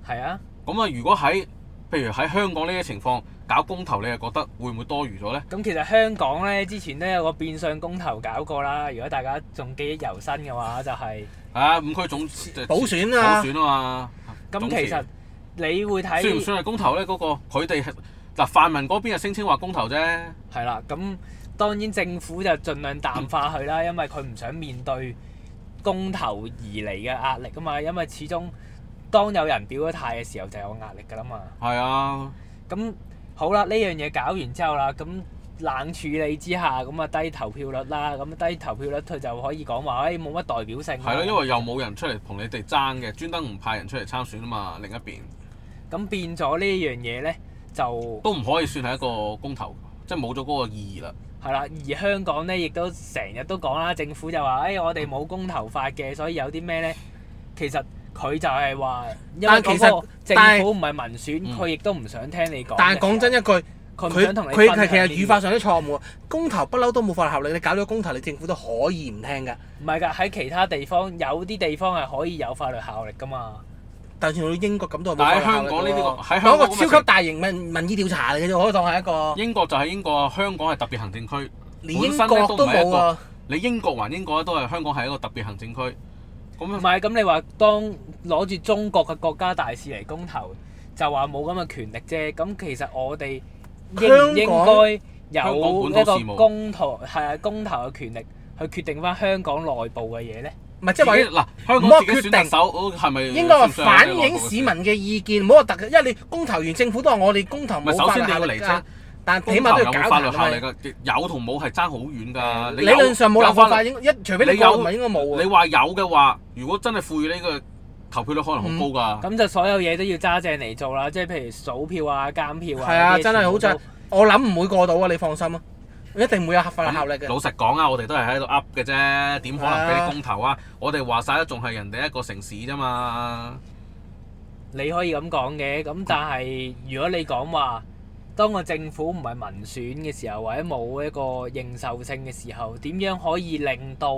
係啊，咁啊，如果喺譬如喺香港呢啲情況搞公投，你又覺得會唔會多餘咗呢？咁其實香港咧之前都有個變相公投搞過啦，如果大家仲記憶猶新嘅話，就係、啊，五區總就補選啊補選啊嘛，咁總其實辭你會算唔睇算係公投呢？嗰、個佢哋係嗱泛民嗰邊係聲稱話公投啫，係啦，咁當然政府就盡量淡化佢啦，因為佢唔想面對公投而嚟嘅壓力啊嘛，因為始終當有人表咗態嘅時候就有壓力㗎啦嘛。係啊，咁好啦，呢樣嘢搞完之後啦，咁冷處理之下，咁啊低投票率啦，咁低投票率佢就可以講話，哎誒冇乜代表性。係咯、因為又冇人出嚟同你哋爭嘅，專登唔派人出嚟參選啊嘛。另一邊咁變咗呢樣嘢咧，就都唔可以算係一個公投，即係冇咗嗰個意義啦。係啦。而香港咧，亦都成日都講啦，政府就話，誒、哎我哋冇公投法嘅，所以有啲咩咧，其實。佢就係話，因為但其實嗰個但政府唔係民選，嗯佢亦都唔想聽你講嘅時候。但係講真一句，佢唔佢想同你佢分享係其實呢啲語法上都錯誤喎。公投不嬲都冇法律效力，你搞咗公投，你政府都可以唔聽㗎。唔係㗎，喺其他地方有啲地方係可以有法律效力㗎嘛。但係算到英國咁都係冇法但律喺效香力港呢㗎啲喎個喺攞香個港咁嘅超級大型民民意調查嚟嘅啫，可以當係一個情英國就係英國，啊香港係特別行政區。連本英身國咧都唔都係一個冇啊。你英國還英國都係香港係一個特別行政區。咁唔係咁，你話當攞住中國嘅國家大事嚟公投，就話冇咁嘅權力啫。咁其實我哋應唔應該香港有本土一個事務公投係啊公投嘅權力去決定翻香港內部嘅嘢咧？唔係即係話自己嗱，香唔好港自己選特首嗰個係咪應該話算唔算係反內部嘅映市民嘅意見，唔好話特，因為你公投完政府都話我哋公投唔係冇法首先律你要效力釐㗎清，但公起投碼都有要冇搞法律效力㗎嘛。㗎？有同冇係爭好遠㗎。你嗯理有論上冇有立法法法律，應一，除非你你講有唔係應該冇你啊。話有嘅話，如果真係賦予呢個投票率，可能好高嗯㗎。咁就所有嘢都要揸正嚟做啦，即係譬如數票啊、監票啊。係啊呢啲真係好全部正都我諗唔會過到啊，你放心啊，一定會有法律效力嘅。老實講啊，我哋都係喺度噏嘅啫，點可能俾你公投啊？我哋話晒都仲係人哋一個城市啫嘛。你可以咁講嘅，咁但係如果你講話，當個政府唔係民選嘅時候，或者冇一個認受性嘅時候，點樣可以令到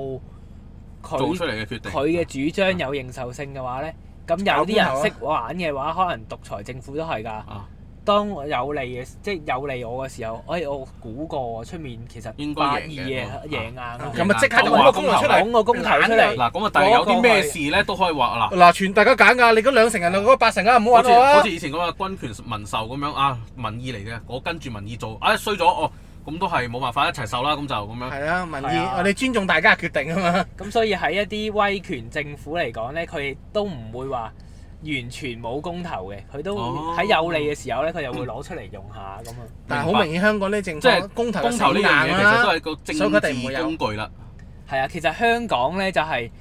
做出佢嚟嘅決定，佢嘅主張有認受性嘅話呢？咁有啲人識玩嘅話，可能獨裁政府都係㗎。啊，當我有利嘅，即係有利我嘅時候，哎，我估過出面其實應該八二贏嘅嘅啊贏硬啊，咁啊，即刻就我揾話個公投出嚟講個公投出嚟，嗱咁啊，但係有啲咩事咧都可以話嗱。嗱，全大家揀㗎，你嗰兩成人啊，嗰八成啊，唔好好揾似我好啊似！以前嗰個軍權民授咁樣啊，民意嚟嘅，我跟住民意做，啊衰咗哦，咁都係冇辦法一齊受啦，咁就咁樣。係啊，民係意，啊我哋尊重大家嘅決定啊嘛。咁所以喺一啲威權政府嚟講咧，佢都唔會話完全冇公投嘅，佢都哦喺有利嘅時候咧，佢又會攞出嚟用下咁啊。但係明好白明顯，香港呢政即係況公投就公投呢樣嘢其死硬啊啦實都係個所以佢政一定唔會有治工具啦，係啊，其實香港咧就係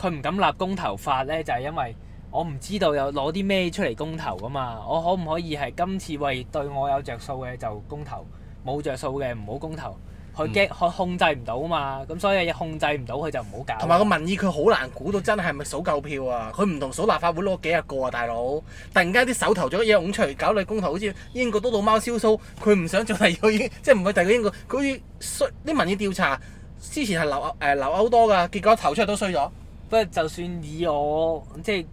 佢唔敢立公投法咧，就係、因為我唔知道有攞啲咩出嚟公投噶嘛。我可唔可以係今次喂對我有着數嘅就公投，冇着數嘅唔好公投。佢嗯驚佢控制唔到啊嘛，咁所以控制唔到佢就唔好搞。同埋個民意佢好難估到真係咪數夠票啊！佢唔同數立法會攞幾廿個啊，大佬！突然間啲手頭咗嘢拱出嚟搞你公投，好似英國都老貓燒鬚，佢唔想做第二個英，即係唔係第二個英國，佢好似衰啲民意調查之前係留誒、留歐多噶，結果投出嚟都衰咗。不過就算以我即係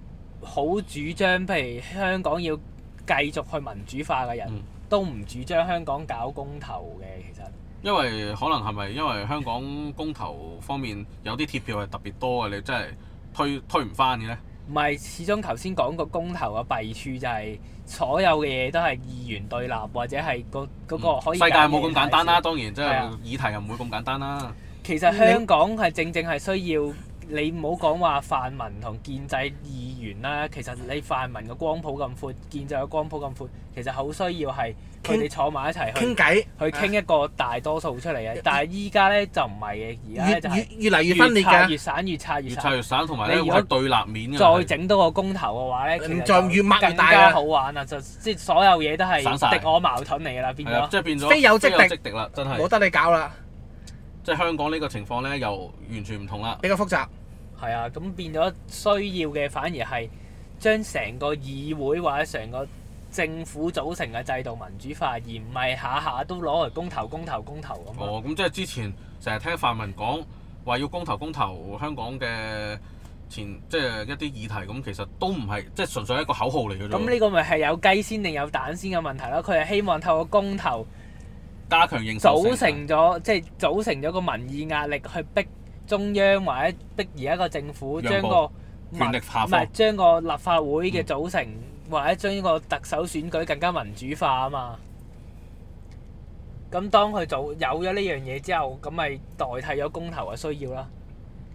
好主張，譬如香港要繼續去民主化嘅人，嗯都唔主張香港搞公投嘅。其實因為可能係咪因為香港公投方面有啲鐵票係特別多嘅，你真係推推唔翻嘅咧？唔係，始終頭先講個公投嘅弊處就係所有嘅嘢都係二元對立，或者係個嗰個可以嗯世界揀嘅冇咁簡單啦，當然即係係啊議題又唔會咁簡單啦。其實香港係正正係需要你唔好講話泛民同建制議員啦，其實你泛民嘅光譜咁闊，建制嘅光譜咁闊，其實好需要係佢哋坐埋一齊去傾偈去傾一個大多數出嚟嘅，但係依家咧就唔係嘅，而家咧就越係越越嚟越分越裂拆越㗎，散越拆越越拆散，越散，同埋你咧如會果係對立面嘅再係，整多個公投嘅話咧，其嗯實就越抹越更大加啦好玩啦，就即係所有嘢都啊散晒係敵我矛盾嚟㗎啦，變係啊，咗即係變咗非友即敵即敵啦，真冇係。得你搞啦，即係香港呢個情況咧，又完全唔同啦。比較複雜。係啊，咁變咗需要嘅反而係將成個議會或者成個政府組成嘅制度民主化，而唔係下下都攞嚟公投、公投、公投咁咯。哦，咁即係之前成日聽泛民講話要公投公投香港嘅前即係一啲議題，咁其實都唔係即係純粹係一個口號嚟嘅啫咁喎。呢個咪係有雞先定有蛋先嘅問題咯？佢係希望透過公投加強認受性組成咗，即係組成咗個民意壓力去逼中央或者逼而家個政府讓將步個權力民下唔係放，將個立法會嘅組成，或者將個特首選舉更加民主化啊嘛。咁當佢做有咗呢樣嘢之後，咁咪代替咗公投嘅需要啦。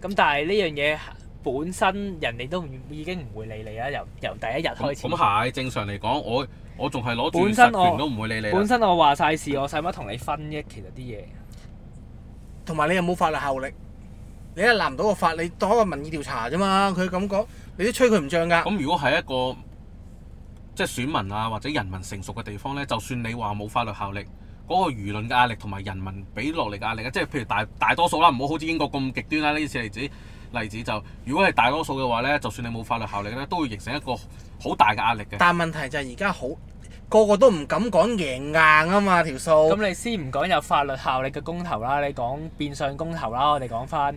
咁但係呢樣嘢本身人哋都唔已經唔會理你啦，由由第一日咁開始。咁係正常嚟講，我我仲係攞住本實身我權都唔會理你啦本。身我話晒事，我使乜同你分啫？其實啲嘢同埋你有冇法律效力？你係立唔到個法，你當一個民意調查啫嘛。佢咁講，你都吹佢唔漲㗎。咁如果係一個即係選民啊或者人民成熟嘅地方咧，就算你話冇法律效力，嗰、個輿論嘅壓力同埋人民俾落嚟嘅壓力啊，即係譬如大大多數啦，唔好好似英國咁極端啦。呢次例子例子就，如果係大多數嘅話咧，就算你冇法律效力咧，都會形成一個好大嘅壓力嘅。但問題就係而家好個個都唔敢講贏硬啊嘛條數。咁你先唔講有法律效力嘅公投啦，你講變相公投啦，我哋講翻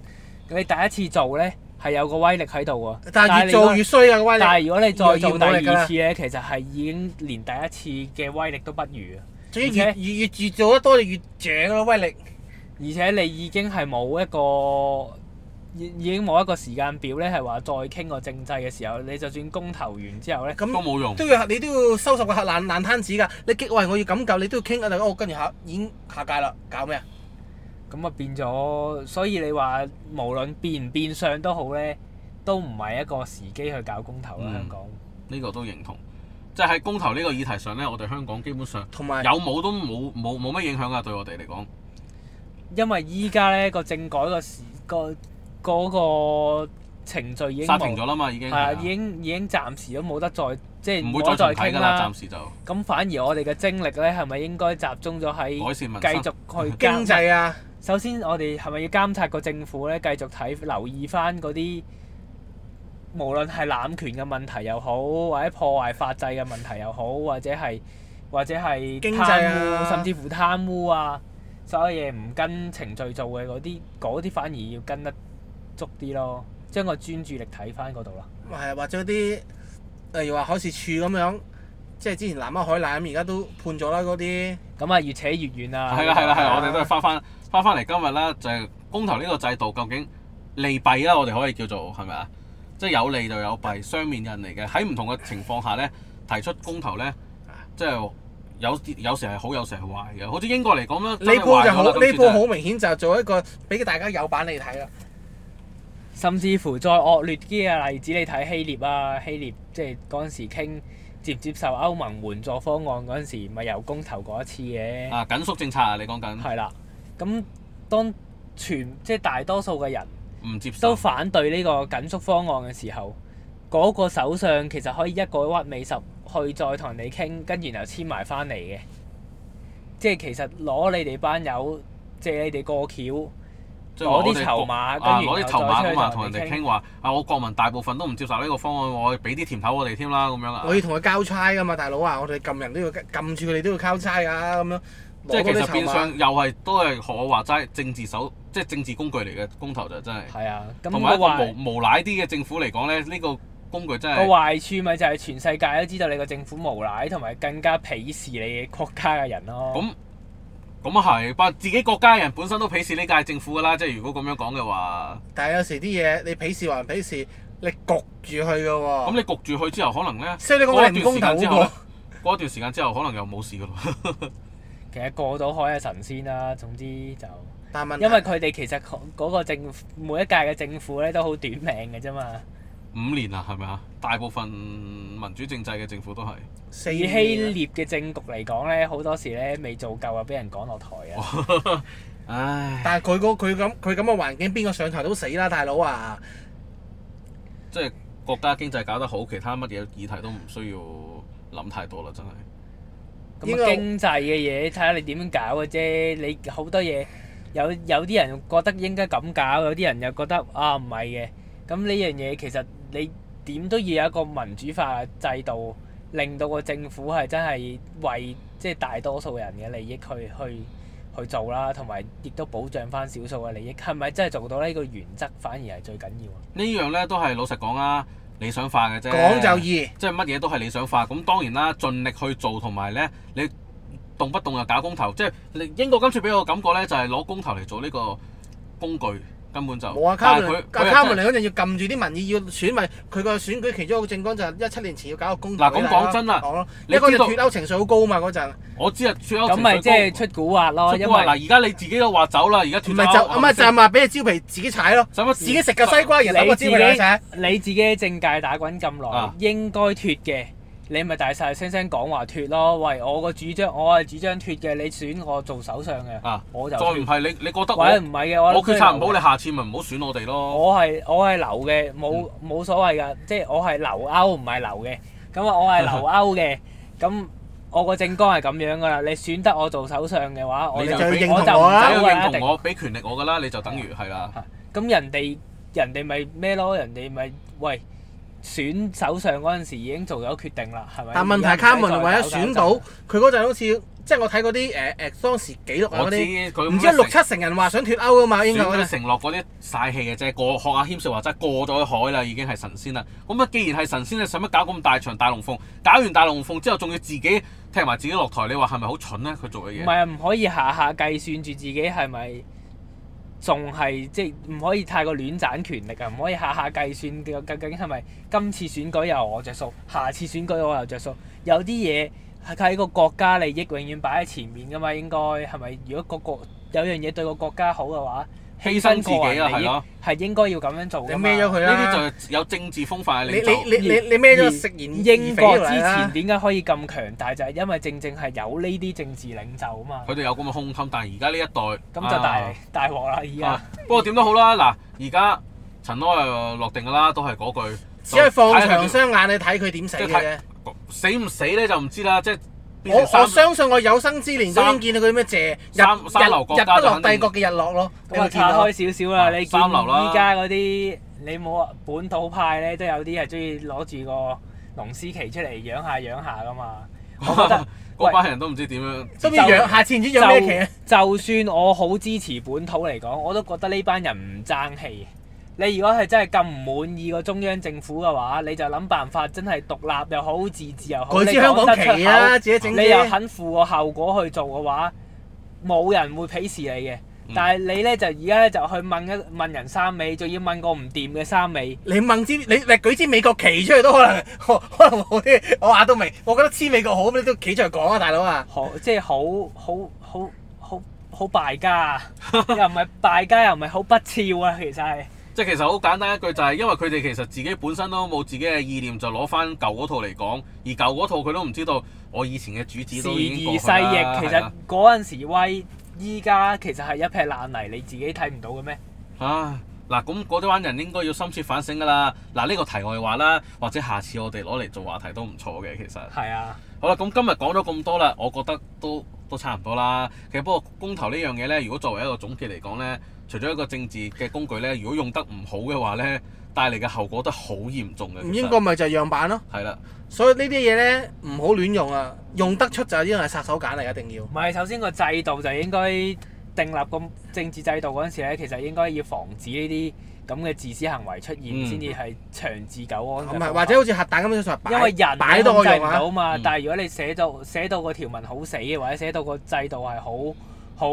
你第一次做呢，係有個威力喺度喎。但係你越如果做越衰啊！威但力，係如果你再越嚟做越第冇力㗎二啦次咧，其實係已經連第一次嘅威力都不如啊！仲要而越且越越越做得多就越漲咯威力。而且你已經係冇一個已已經冇一個時間表咧，係話再傾個政制嘅時候，你就算公投完之後咧，都咁冇用，都要你都要收拾個客爛爛攤子㗎。你激喂我要咁救，你都要傾啊！大家哦，跟住下已經下屆啦，搞咩啊？咁啊變咗，所以你話無論變唔變相都好咧，都唔係一個時機去搞公投啦，嗯香港。呢、個都認同。即係喺公投呢個議題上咧，我哋香港基本上同埋有冇都冇冇冇乜影響啊，對我哋嚟講。因為依家咧個政改個時個嗰個程序已經殺停冇咗啦嘛，已經係啊，已經已經暫時都冇得再即係唔冇會得再重再啟傾㗎啦，啦暫。時就改咁反而我哋嘅精力咧，係咪應該集中咗喺善民生嗯繼。續去監經濟啊，首先，我哋係咪要監察個政府咧？繼續睇留意翻嗰啲，無論係濫權嘅問題又好，或者破壞法制嘅問題又好，或者係或者係經貪污，濟啊甚至乎貪污啊，所有嘢唔跟程序做嘅嗰啲，嗰啲反而要跟得足啲咯，將個專注力睇翻嗰度啦。係啊或者啲例如話海事處咁樣，即係之前南丫海難咁，而家都判咗啦嗰啲。咁啊，越扯越遠啦。係啦係啦係啦，我哋都係翻翻翻翻嚟今日啦，就係、公投呢個制度究竟利弊啦，我哋可以叫做係咪啊？即係有利就有弊，雙面人嚟嘅。喺唔同嘅情況下咧，提出公投咧，即係有有時係好，有時係壞嘅。好似英國嚟講啦，呢鋪就好，呢鋪鋪好明顯就做一個俾大家有版你睇啦。甚至乎再惡劣啲嘅例子，你睇希臘啊，希臘即係嗰陣時傾接唔接受歐盟援助方案嗰陣時，咪由公投嗰一次嘅，啊緊縮政策啊，你講緊係啦、咁當全即係大多數嘅人唔接受都反對呢個緊縮方案嘅時候，嗰、個首相其實可以一個屈尾十去再同人哋傾，跟住然後簽埋翻嚟嘅。即係其實攞你哋班友借你哋過橋。即係話我攞哋啲國籌碼啊跟住攞啲然後籌碼再咁啊，同出去同人人哋哋傾話啊，我國民大部分都唔接受呢個方案，我俾啲甜頭我哋添啦，咁樣啊我。要同佢交差噶嘛，大佬啊！我哋撳人都要撳住佢哋都要交差噶咁樣，即攞係多其啲實籌變碼。相又係都係學我話齋政治手，即係政治工具嚟嘅公投就真係。係啊，咁同埋一佢話個無無賴啲嘅政府嚟講咧，呢、個工具真個係壞處咪就係全世界都知道你個政府無賴，同埋更加鄙視你嘅國家嘅人咯。咁咁啊係，但自己國家人本身都鄙視呢屆政府噶啦，即係如果咁樣講嘅話，但係有時啲嘢你鄙視還鄙視，你焗住佢噶咁喎。你焗住佢之後，可能咧所以你講我哋唔公投嗰一段時間之哦後呢，過一段時間之後，嗰個可能又冇事噶咯。 其實過到海嘅神仙啦，總之就但係問題因為佢哋其實嗰嗰個政府每一屆嘅政府咧都好短命嘅啫嘛。五年啦，係咪啊？大部分民主政制嘅政府都係，四以希年臘嘅政局嚟講咧，好多時咧未做夠啊，俾人趕落台啊。唉，但係佢嗰佢咁佢咁嘅環境，邊個上台都死啦，大佬啊！即係國家經濟搞得好，其他乜嘢議題都唔需要諗太多啦，真係。咁應啊該經濟嘅嘢睇下你點樣搞嘅啫。你好多嘢有有啲人覺得應該咁搞，有啲人又覺得啊唔係嘅。咁呢樣嘢其實你點都要有一個民主化制度，令到個政府係真係為即係大多數人嘅利益去去去做啦，同埋亦都保障翻少數嘅利益。係咪真係做到呢個原則反而係最緊要啊？呢樣咧都係老實講啊，理想化嘅啫。講就易，即係乜嘢都係理想化。咁當然啦，盡力去做同埋咧，你動不動又搞公投，即係你英國今次俾我感覺咧，就係攞公投嚟做呢個工具，根本就冇啊！卡但係文佢阿佢卡又文真嚟嗰陣要撳住啲民意要選咪，佢個選舉其中一個政綱就係一七年前要搞個公投嗱咁俾大講家真啦講咯，你你嗰知陣道脱歐情緒好高嘛嗰陣，我知啊，脱歐咁咪情緒即係高出古惑咯，出因高啊為嗱，而家你自己都話走啦，而家唔脱係歐就咁咪就係係話俾你蕉皮自己踩咯，使乜自己食個西瓜，然後你個自蕉皮舐晒。己你自己政界打滾咁耐，啊應該脱嘅，你咪大晒聲聲講話脱咯。喂，我個主張，我係主張脱嘅，你選我做首相嘅，啊！我就再脱唔係你，你覺得或者我唔係嘅，我我決策唔好，我你下次咪唔好選我哋咯。我係我係留嘅，冇嗯冇所謂㗎，即係我係留歐唔係留嘅。咁啊，我係留 歐嘅，咁我個政綱係咁樣㗎啦。你選得我做首相嘅話，我你你就就就要俾認我同我你要啦就，走㗎啦認同我，俾權力我㗎啦，你就等於係啦。咁人哋人哋咪咩咯？人哋咪喂選首相嗰陣時已經做咗決定啦，係咪？但問題而家唔使卡文再為咗搞搞選震到，佢嗰陣好似即係我睇嗰啲誒誒當時記錄啊我嗰知啲，佢咁唔知樣六成七成人話想脱歐啊嘛，應該選嗰舉陣承諾嗰啲晒氣嘅啫，過學阿謙少話齋過咗海啦，已經係神仙啦。咁啊，既然係神仙，你使乜搞咁大場大龍鳳？搞完大龍鳳之後，仲要自己踢埋自己落台，你話係咪好蠢咧？佢做嘅唔嘢，係啊，唔可以下下計算住自己係咪仲係即係唔可以太過亂斬權力啊！唔可以下下計算究究竟係咪今次選舉又我着數，下次選舉我又着數。有啲嘢係喺個國家利益永遠擺喺前面噶嘛，應該係咪？如果個國有樣嘢對個國家好嘅話，犧牲自己個人啊，利係益咯，係應該要咁樣做你㗎嘛。孭咗佢呢啲就啦，係有政治風範嘅啊你領袖。你你你你孭咗食言英而國肥之嚟前啦。點解可以咁強大，就係、因為正正係有呢啲政治領袖啊嘛。佢哋有咁嘅胸襟，但係而家呢一代咁就大、啊大鑊啦！而家啊不過點都好啦，嗱，而家塵埃又落定㗎啦，都係嗰句，只係放睇下佢長雙眼你睇佢點死嘅即係啫。死唔死咧就唔知啦，即係變我成我三相信我有生之年都已經見到佢咩謝三日三流國日家日不落就肯定帝國嘅日落咯，你咁啊，會見岔到開。少少啦，啊你見三流啦依家嗰啲你冇話本土派咧，都有啲係中意攞住個龍獅旗出嚟養下養下 噶嘛。我覺得嗰班人都唔知點樣。都唔知養下次唔知養咩期啊！就算我好支持本土嚟講，我都覺得呢班人唔爭氣。你如果係真係咁唔滿意個中央政府嘅話，你就諗辦法真係獨立又好，自治又好，舉你支香講得港出口旗。啊，自己整你又啲。肯負個後果去做嘅話，冇人會鄙視你嘅嗯。但係你咧就而家咧就去問一問人三尾，仲要問個唔掂嘅三尾，你問支你你舉支美國旗出去都可能， 可可能好啲。我話到明，我覺得黐美國好，你都企出嚟講啊，大佬啊！好 即係好好好好好敗家 啊，又唔係敗家，又唔係好不肖啊，其實係即係其實好簡單一句，就係因為佢哋其實自己本身都冇自己嘅意念，就攞翻舊嗰套嚟講，而舊嗰套佢都唔知道我以前嘅主旨時都已經移過去世啦。易，其係實啊嗰陣時威，依家其實係一撇爛泥，你自己睇唔到嘅咩？啊嗱，咁嗰啲班人應該要深切反省㗎啦。嗱，呢個題外話啦，或者下次我哋攞嚟做話題都唔錯嘅，其實。係啊，好啦，咁今日講咗咁多啦，我覺得都都差唔多啦。其實不過公投呢樣嘢呢，如果作為一個總結嚟講呢，除咗一個政治嘅工具呢，如果用得唔好嘅話呢，帶嚟嘅後果都好嚴重嘅。其實英國咪就係樣板咯，係啦，所以呢啲嘢咧唔好亂用啊，用得出就因為殺手鐧嚟，一定要。唔係首先個制度就應該訂立個政治制度嗰陣時咧，其實應該要防止呢啲咁嘅自私行為出嗯現，先至係長治久安嘅唔方法。係或者好似核彈咁樣上因為人擺都多控制用唔啊到，嘛，嗯但係如果你寫到寫到個條文好死嘅，或者寫到個制度係好好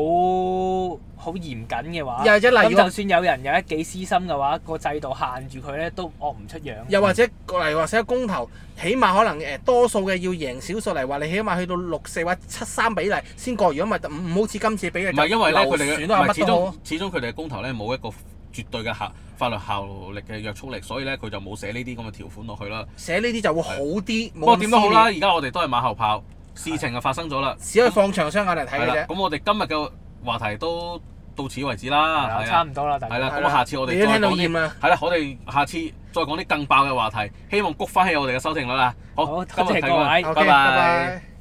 好嚴謹嘅話，又係一咁例如就算有人有一己私心嘅話，個制度限住佢咧都惡唔出樣。又或者例如話寫公投，起碼可能誒多數嘅要贏少數嚟話，你起碼去到六四或者七三比例先過。如果唔係唔好似今次比例唔係因為呢，就佢哋嘅流選唔都係係乜始都終好。始終佢哋嘅公投呢冇一個絕對嘅效法律效力嘅約束力，所以呢，佢就冇寫呢啲咁嘅條款落去啦。寫呢啲就會好啲，不過冇咁點都好啦，撕裂，而家我哋都係馬後炮，事情就發生咗啦。只可以放長雙眼嚟睇係嘅啦，啫。咁我哋今日嘅話題都到此為止係啦，啦係差啊，唔多啦，大係家。啦，係咁啦下次我哋你都再聽到講啲厭啦，係啦，我哋下次再講啲更爆嘅話題，希望谷翻起我哋嘅收聽率啦。好，好今日多謝睇各過位 OK，哎拜拜拜拜。